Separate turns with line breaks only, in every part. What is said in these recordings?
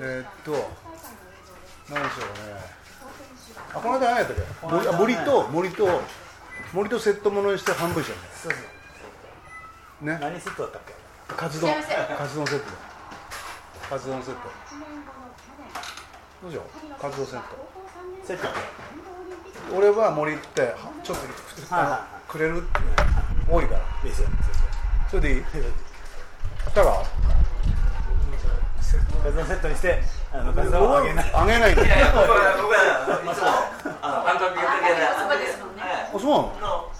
えーっと何でしょうねあこの間何やったっけ森あ森と森と森とセットものにして半分にした
そうそう
ねね
何セットだったっけ
カツ丼
すいません
カツ丼セットだカツ丼セットどうしようカツ丼セット
セットだっ
俺は森ってはちょっと
はいはい
あのくれるって多いから
けいいですよ
それでいい
セット
たら
カツ丼セットにしてあのカツ丼をあげない
あげないんだ
いやい
よ
や僕は僕はまあそうあの感覚的な
あそばですもんね
はい
あそうなの
の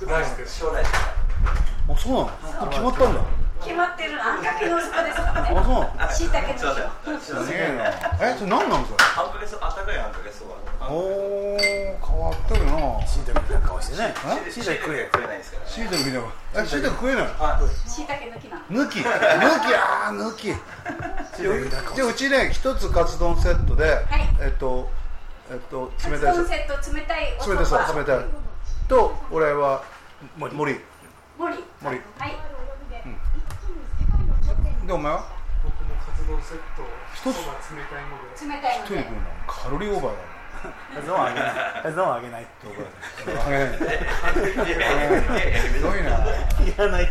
将来
あそうなの決まったんだ
決まってるあんかけのそばですからね
あそうなの
椎茸
そう
の
だよ
すげえなえそれ何なのそれ
あんかけそば温かいあんかけそば
おお変わってるな
シイタケみたいな顔してね
え
シイタケ食え
食えないですから
シートみたいなえシート食えない
はい
椎茸の木なの
抜き抜きあー抜きでうちね一つカツ丼セットで、えっとえっと
カ
冷
ツ
たい
丼
冷
セット冷たいおそば
たいさ冷たいと俺は森森
森
森
はい
でお前は
僕も活動セットを
一つ
そば冷たいので
冷た
一
いの
人
で
食うのカロリーオーバーだ
カツ丼はあげないカツ丼はあげないって怒ら
なあれ
いやいやいやいや
ひどいな
れるいらないっていうね
無理や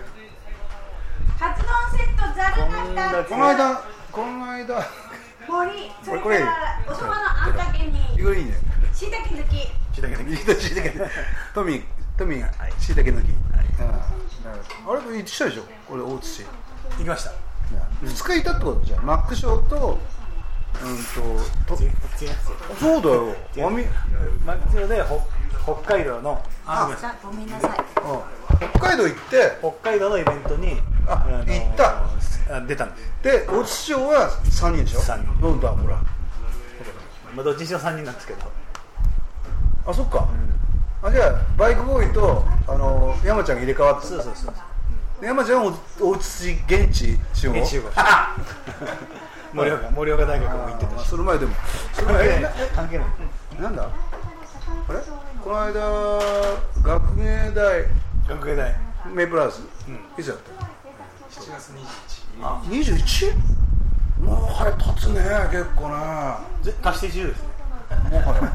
り
カツ丼セットざる
こん
だ
だ
った
この間この間
森それ
こ
か
れ
らおそばのあんかけ
い
に
ろいろいいね
椎茸抜き
シイタケ抜き
しいだけトミートミーがしいだけ抜きうんあれこれ言ってきたでしょこれ大津市
行きました
2日いたってことじゃんマックショーとうんとと
違う違う
そうだよあみ、うん、
マックスでほ北海道のあ
あごめんなさい
北海道行って
北海道のイベントに
あ
の
行った
あ出たんです、
で大津市長は3人でしょ
三人
なんだほら
まあ、どっちにしろ3人なんですけど
あそっか、あじゃあバイクボーイとあの山ちゃんが入れ替わったん
そ
だ
うそうそう
で山ちゃんはお大津市現地集合
現地集合盛岡盛岡大学も行ってたし
その前でもその
関係
前
ない関係ない
ななんだあれこの間学芸大
学芸大
メイプラーズ、いつだった
7月21
あ 21? もう早く経つね結構ね
ぜ貸して10ですね
もう早い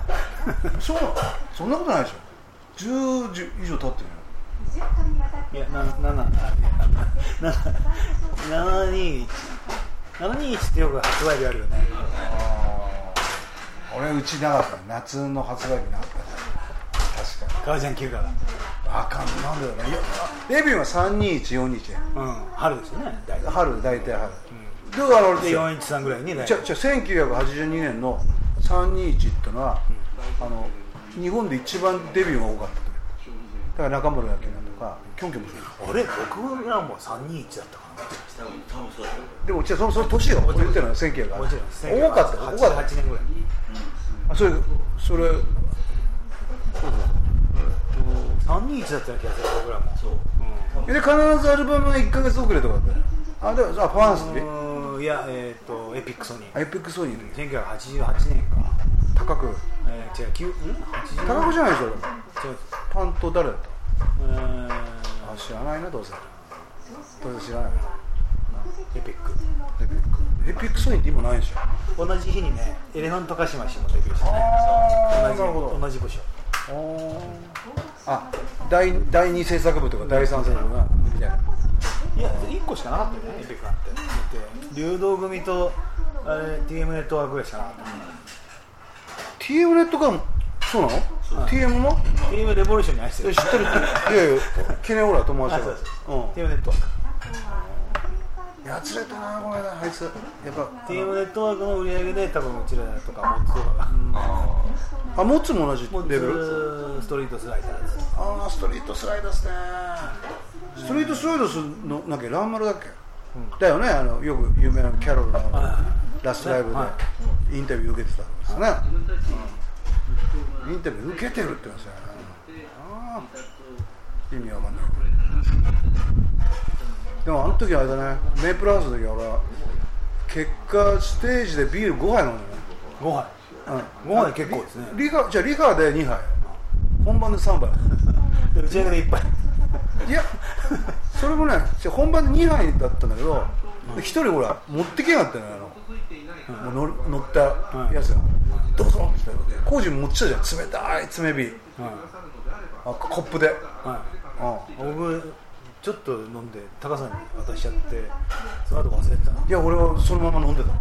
そうそんなことないでしょ10時以上経ってるよ
いやなな721 721ってよく発売日あるよね
ああ俺うちなかった夏の発売日なかった確かに
革ジャン休暇
あかんなんだよねいやデビューは32142
だうん春ですよね大学
春大体春、であの
で
俺
413ぐらいに大
じゃ
学
じゃ1982年の321ってのは、あの日本で一番デビューが多かった時だから中村明菜とかキョンキョンもそう
あれ僕らも321だったか
多分多分そうだと思う
でもじゃあそのその年よ言ってるのよ1900
なもちろん
多かった多かっ
88年ぐらい
たあそれそれ
321だったような気がする僕らも
そう
で必ずアルバムが1か月遅れとかだったよあでもあファーストで
うーんいやえっ、とエピックソニー
アイペックソニーで
1988年か、
高く
えー、違う9ん80
高くじゃないでしょでも
違う
担当誰だった
うーん
あ知らないなどうせどうせ知らない
エピック
エピックエピックソニーって今ないでしょ
同じ日にねエレファントカシマシもデビューしたね
あ
同じ同じ部署
あ第第二制作部とか第三制作部がみたいない
や1個しかなかったよねエピックなんてだって流動組とあれ TM ネットワークぐらいしかなかっ
TM ネットがそうなの TM も
た TM レボリューションに愛して
え
る
知ってるっていやいやケネオラ友
あ
達
そう
だ
で
か
す
らう
TM ネットワーク
んやつれたなこの間あいつやっぱ
TM ネットワークの売り上げで多分うちらとかモッツとかが
あモッツも同じ
モッ
レベル
ツストリートスライダーズ
ああストリートスライダーっすねストリートスライダースのなんかランマルだっけ、だよねあのよく有名なキャロルのラストライブ
は
でインタビュー受けてたんですね、うんインタビュー受けてるって言うんですよあー意味わかんないでもあの時あれだねメイプルハウスの時は俺は結果ステージでビール5杯飲んだね
ご飯
うん
ご飯結構ですね
リハじゃあリハで2杯本番で3杯
打ち上げでいっぱい
いや、それもね、本番で2杯だったんだけど、で一人ほら持ってけなかったのよあの、もう乗乗ったやつが、どうぞって言って工事持ってたじゃん冷たい爪火、あコップで、うん
僕ちょっと飲んで高さんに渡しちゃってその後忘れてた
いや俺はそのまま飲んでたいい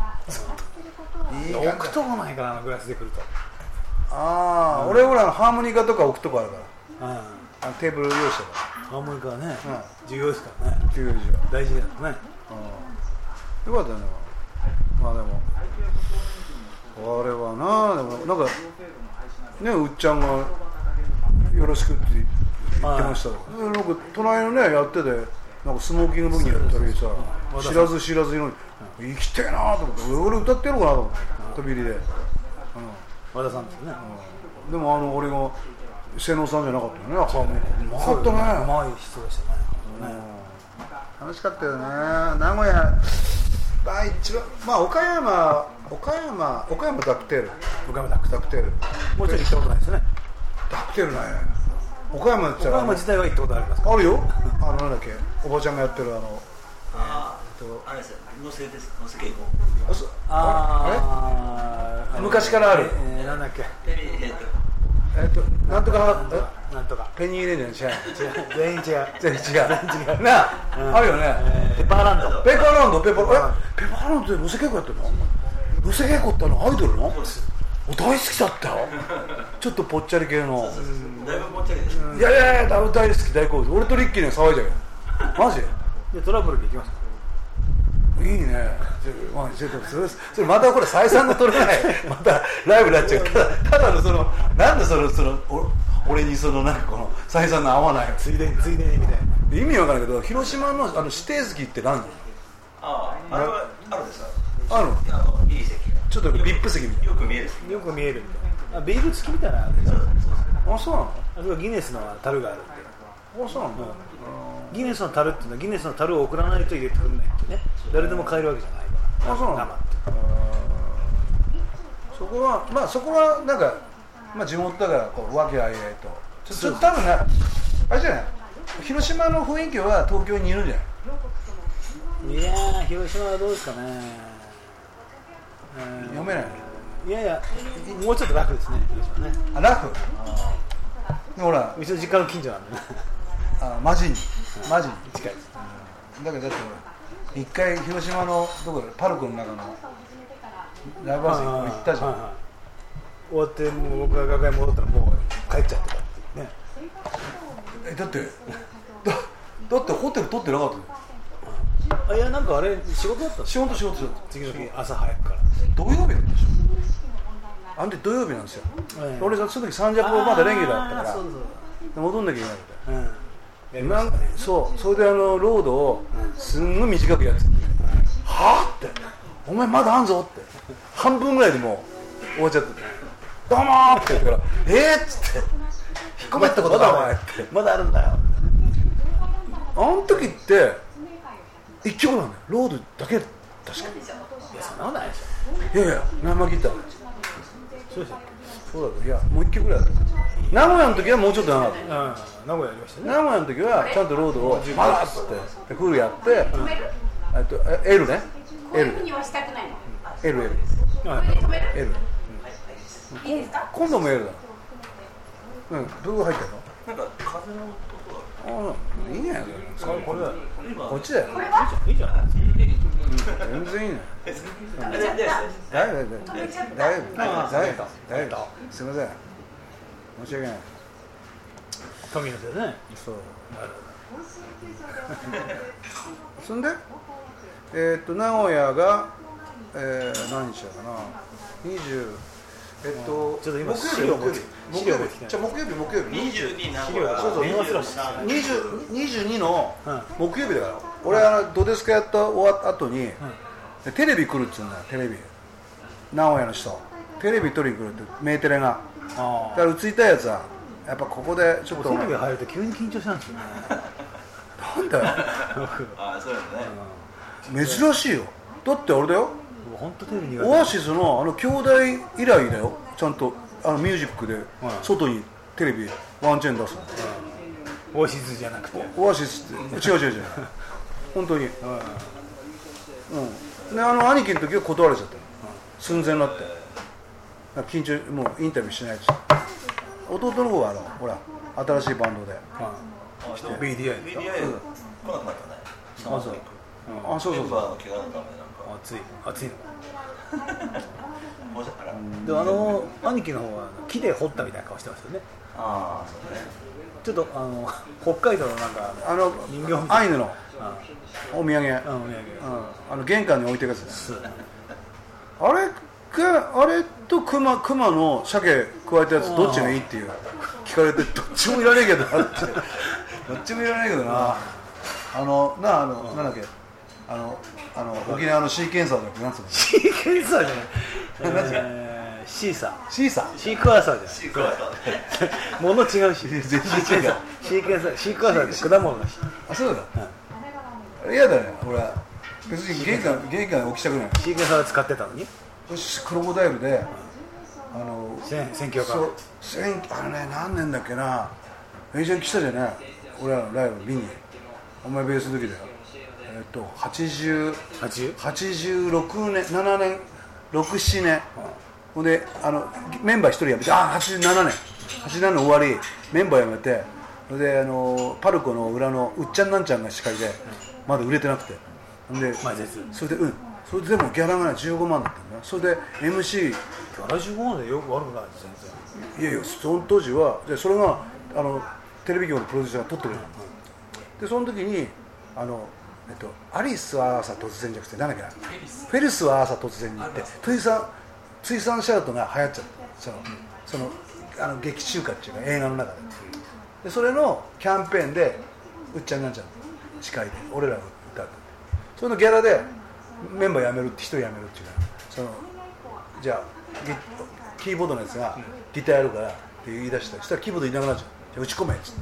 な
感
置
じ
くとこないからあのグラスで来ると、
ああ、俺ほらハーモニカとか置くとこあるか
うん、ハ
らあのテーブル用意したか
ーモニカはね、
う
重要ですからね
ら給料所
大事だからね
うん、よかったねまあでもあれはなでもなんかねうっちゃんが「よろしく」って言ってましたからでなんか隣のねやっててなんかスモーキングブギーやった時さ
そうそう
知らず知らずのに生きてえなと思って俺歌ってるのかなと思って飛び入りで、
和田さんですよね、
うん、でもあの俺が瀬能さんじゃなかったよねハーモニカうまかったね
うまい人でしたね
楽しかったよね名古屋まあ一番まあ岡山岡山岡山ダクテール
岡山ダック
ダクテール
もうちょっと行ったことないですね
ダクテールね岡山って言っ
岡
た
山
ら
自体は行ったことありますか
あるよあのなんだっけおばちゃんがやってるあの
あ
えっと
あれですよ野瀬です野瀬稽古
あそ
あーあれ
昔からある
えー、なんだっけ
テレビえっと
えっとなんとか
なんとか
えペニーレンジャー
違う全員違う
違う違う違うな
う
あ
ん
あるよね
ペッパーランド
ペーパーランドペーパーえペーパーランドで寄せ稽古やってるの寄せ稽古ってあのアイドルのお大好きだったよちょっとぽっちゃり系の
だいぶ持ち上げてる
いやいやいや大大好き大好物俺とリッキーね騒いじゃうよマジ
でトラブルで行きました
いいねちょまあちょっとそれそれまたこれ採算が取れない またライブになっちゃうただただのそのなんでそのそのお俺にそのなんかこの採算の合わない
ついでについでにみたいな
意味わかんないけど広島のあの指定席って何
あああれはあるんですよ
あるの
あのいい席が
ちょっとビップ席みたい
よく見える席
よく見えるみたいなあビール付きみたいなのあるんですよ
なあそうなの
あとはギネスの樽があるんで
あそうなんだ、
ギネスの樽っていうのはギネスの樽を送らないと入れてくれないっていうね誰でも買えるわけじゃないから
あそうなんだそこはまあそこはなんか、まあ、地元だからこう和気あいあいとちょちょ多分ねあれじゃない広島の雰囲気は東京にいるんじゃない
生いやー広島はどうですかねうん
読めない
いやいやもうちょっと楽ですね広島ね
あラフでほら
うちの実家の近所なんでね
あマジにマジに
近いです
だけどだってほら一回広島のどこだパルコの中のライブハウス行ったじゃん、
はいはい終わってもう僕が楽屋に戻ったらもう帰っちゃってたっていうね
えだってだだってホテル取ってなかったのよ
あいやなんかあれ仕事だったんです
仕事仕事仕事
次の日朝早くから
土曜日なんでしょあんで土曜日なんですよ、
ええ
俺がその時三尺まだレギュラーだった
あー
か
そうそう
ら戻んなきゃいけないみたい
うんやりま
な
したね
そうそれであのロードをすんごい短くやってた、はあってお前まだあんぞって半分ぐらいでもう終わっちゃっててどうもーって言ったからえーっつって引っ込めってことだお前って
まだあるんだよ
あの時って一曲なんだよロードだけ確か
いやそんなことないでし
いやいや生ギター
ょそうでしょ
そうだけどいやもう一曲ぐらいだった名古屋の時はもうちょっとなかった
うん名古屋やりましたね
名古屋の時はちゃんとロードを「まだ!」っつってでフルやってえっとえ L ね
こういう
LLL
ふうにはしたくない
はい
の。これで止める？
L
いいですか？
今度も L だうんどこ入ってん
なんか風の音が
のあいいね
これこれだよ
こっちだよ
いいじゃない
全然いいね
あでで
大丈夫大丈夫大丈夫大丈夫大丈夫すいません申し訳ない
神のせいでね
そうそんでえーっと名古屋が、えー、何日だかな20えっと
ちょっと今
木
資料
曜
持って
日木
資料
曜
持ってき
日
て
じゃあ木曜日木曜日
22名古
料
屋
がそうそう見ますよ
27
20 22の
うん
木曜日だから、俺あのドデスカやった終わった後に、でテレビ来るっつうんだよテレビ名古屋の人テレビ取りに来るってメーテレがだ
あ
からうついたやつはやっぱここでちょっ
あ
と
テレビ入ると急に緊張したんですよね
なん だよ
僕
ああそうだね
珍しいよだってあれだよ
僕本当テレビ苦手
オアシスのあの兄弟以来だよちゃんとあのミュージックで外にテレビワンチェーン出すの、
オアシスじゃなくて
オアシスって違う違う違う本当に、うん、であの兄貴の時は断られちゃったの、寸前になってなんか緊張もうインタビューしないっつって弟の方はあのほら新しいバンドで、
あでも
BDI で
BDI 来なくなったね
あそうあそうそうそ
メン
う
バーの怪我のためなんか
熱い熱いの
もうじゃあら
であの兄貴の方はあの木で掘ったみたいな顔してますよね
ああそうね
ちょっとあの 北海道のなんか
あの
人形みた
ア
い
イヌの
あ
お土産、うん、
あのお土産
あの玄関に置いてるやつね
そう
あれかあれと熊熊の鮭加えたやつどっちがいいっていう聞かれてどっちもいらねえけど なってどっちもいらねえけどなあのなああの、なんだっけあのあの沖縄のシーケンサーだっけなんつうの
シーケンサーじゃない
何
えーシーサ
シーサ
ーシークワーサーじゃない
シークワーサーで
物違うし
全然違う
シークワーサーシークワーサーシークワーサーって果物だし
ーあそうだ、あれ嫌だね俺別に玄関玄関に置きたくない
シークワーサーを使ってたのに
よしクロコダイルであの
せん選挙カー
そう千あれね何年だっけなメジャーに来たじゃない俺らのライブ見にお前ベースの時だよえっと80
80?
86年7年67年ほんであのメンバー一人辞めてあ87年87年終わりメンバー辞めてそれであのパルコの裏のうっちゃんなんちゃんが司会でまだ売れてなくてほんで
まあ絶
それでうんそれでもギャラがね15万だったんだよそれで MC
ガラジュゴーンでよく悪くないです全然
いやいやその当時はでそれがあのテレビ業のプロデューサーが撮ってくれたのでその時にあの、えっと、アリスは朝突然じゃなくてなんだっけなフェリスは朝突然に行って追産追産シャウトが流行っちゃったその,、そのあの劇中歌っていうか映画の中で,、でそれのキャンペーンでうっちゃんなんちゃん司会で俺らが歌ってそれのギャラでメンバー辞めるって一人辞めるっていうからそのじゃあギキーボードのやつがギターやるからって言い出したそしたらキーボードいなくなっちゃうじゃあ打ち込めっつっ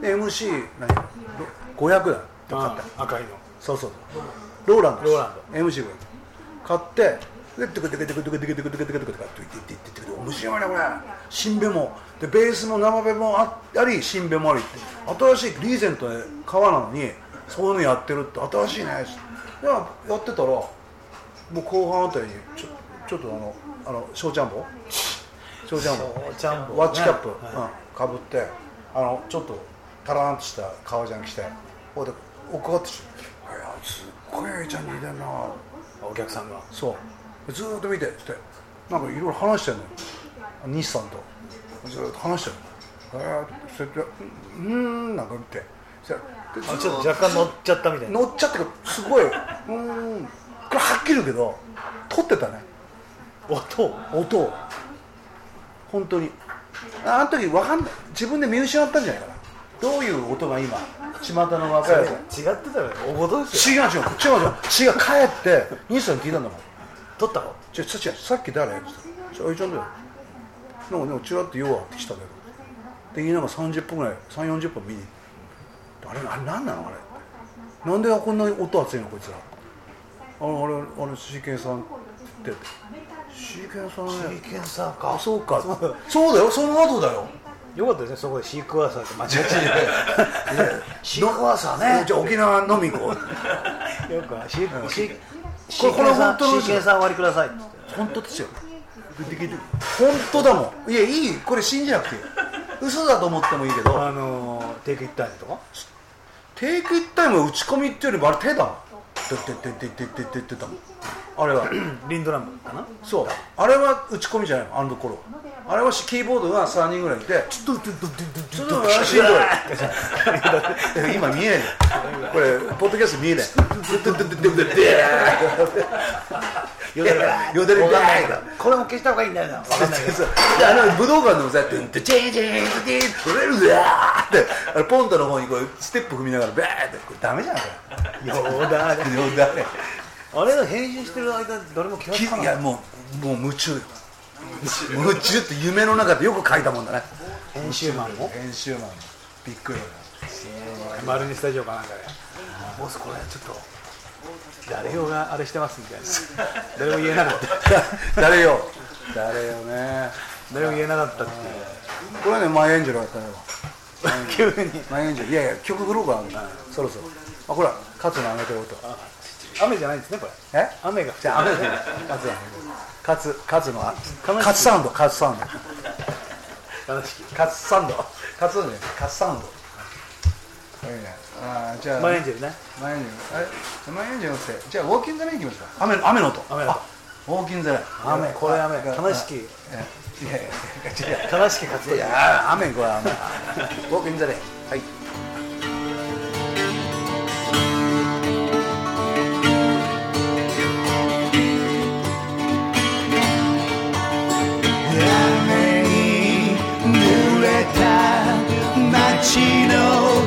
てで MC 何500だ買った
赤いの
そうそうローランドです
ローラ
MC が買ってでテクテクテクテクテクテクテクテクテクテクテクテクテクテク面白いねこれ新ベもでベースも生ベもああり新ベもありって新しいリーゼントで革なのにそういうのやってるって新しいねでやってたらもう後半あたりにちょちょっとあのあのショーちゃんぼショーちゃんぼ
ちゃんぼ
ワッチキャップ、
ねはい
うん、かぶってあのちょっとタラーンとした革ジャン着てこうで追っかかってきて「いやすっごいええちゃん似てんな」
お客さんが
そうずーっと見てつってなんかいろいろ話してんのよ西さんとずーっと話してんのへえそれで「うんうん」なんか見てそしたらで
あちょっと若干乗っちゃったみたいな
乗っちゃってからすごい「うーん」これはっきり言うけど撮ってたね
音を
音を本当にああの時わかんない自分で見失ったんじゃないかなどういう音が今巷の若いやつ
違ってたらおごとですよ
違う違う違う違う違う帰って兄さんに聞いたんだもん
取ったの
ちょちょちょさっき誰って言ったらちょあいちゃんだよなんかでもチラッと用はってきたけどで言いながら30分ぐらい3 4 0分見に行ってあれあれ何なのあれってなんでこんなに音熱いのこいつらあのあれあれシーケンさんってシーケンさんね
ケンサー
あそうかそうだよその後だ よ
よかったですねそこでシークワーサーって間違
シークワーサーねじゃあ沖縄飲み行こう
えてよくシークシー
これこれ本当の
シーケンサー割りくださいって言って
本当ですよ本当だもんいやいいこれ信じなくていい嘘だと思ってもいいけど
あのー、テイクイッターとか
テイク一体も打ち込みっていうよりもあれ手だもんてってってってってってってだもんあれは
リンドラムかな
そうあれは打ち込みじゃないのあの頃あれはしキーボードが3人ぐらいいてちょっとちょっとしんどい今見えないこれポッドキャスト見えない
よだれが
よだれが
わかんないけど これも消した方がいいんだよなわかんないけど
であの武道館でもさ、ドゥンドゥチェンチェンチェン取れるぜーって、あのポンドの方にこうステップ踏みながら、ベーって、これダメじゃん、こ
よだれ
れ。いや、
あれの編集してる間誰も気がつか
だ
な
ね、い
い
やもう、もう夢中よ。夢中って夢の中でよく書いたもんだね。
編集マンも
編集マン、びっくりだ
マルニスタジオかなんかでボスこれちょっと誰用があれしてますみたいな誰も言えなかった
な。誰よ。誰よね。
誰も言えなかったっていう
これね、マイエンジェルだったよ。
急に
マイエンジェル、いやいや、曲グローバーあるそろそろ。あ、ほら、勝つのあげてる音。
雨じゃないんですねこれ
え
雨が降っ
じ
て
ゃあ、
る
雨だね。カツ、カツの、カツサンド、カツサンド。
悲しき
カツサンド。カツサンドね。カツサンド。いいね。あーじゃあ、
マイエンジェルね
マヨネーズ。マヨネーズのせい。じゃあ、ウォーキングゼレン行きますか。雨の、雨の音。
雨の音
あウォーキングゼレン。
雨これ雨
あ
悲しき
あいやいやいや違う。
悲しき活動
いや、雨これ雨。ウォーキングゼレン。はい。
雨に濡れた街の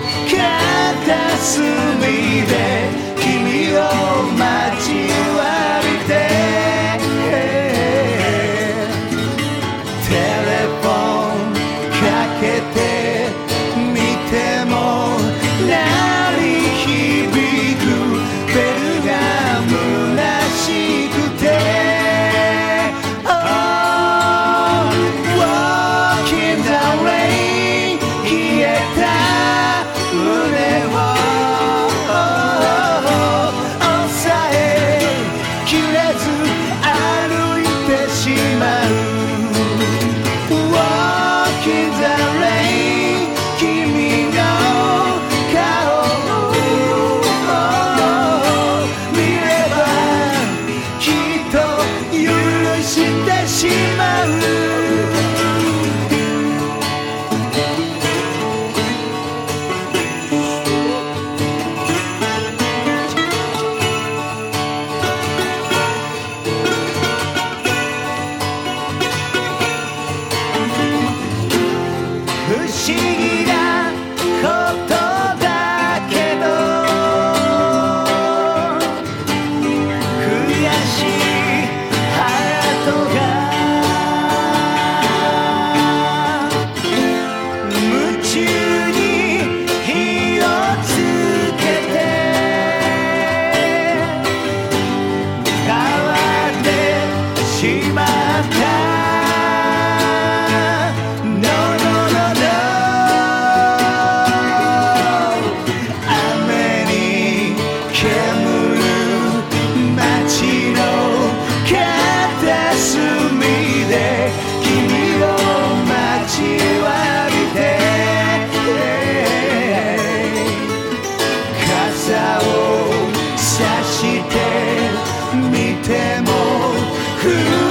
片隅で君を待ちわびてテレフォンかけてみても鳴り響くベルが虚しくて Oh, Walking the rain 消えた胸を抑えきれず歩いてしまう Walk in the rain 君の顔を見ればきっと許してしまう不思議なことだけど悔しいハートが夢中に火をつけて変わってしまった「No, no, no, no」「雨に煙る街の片隅で君を待ちわびて」傘を差してみても降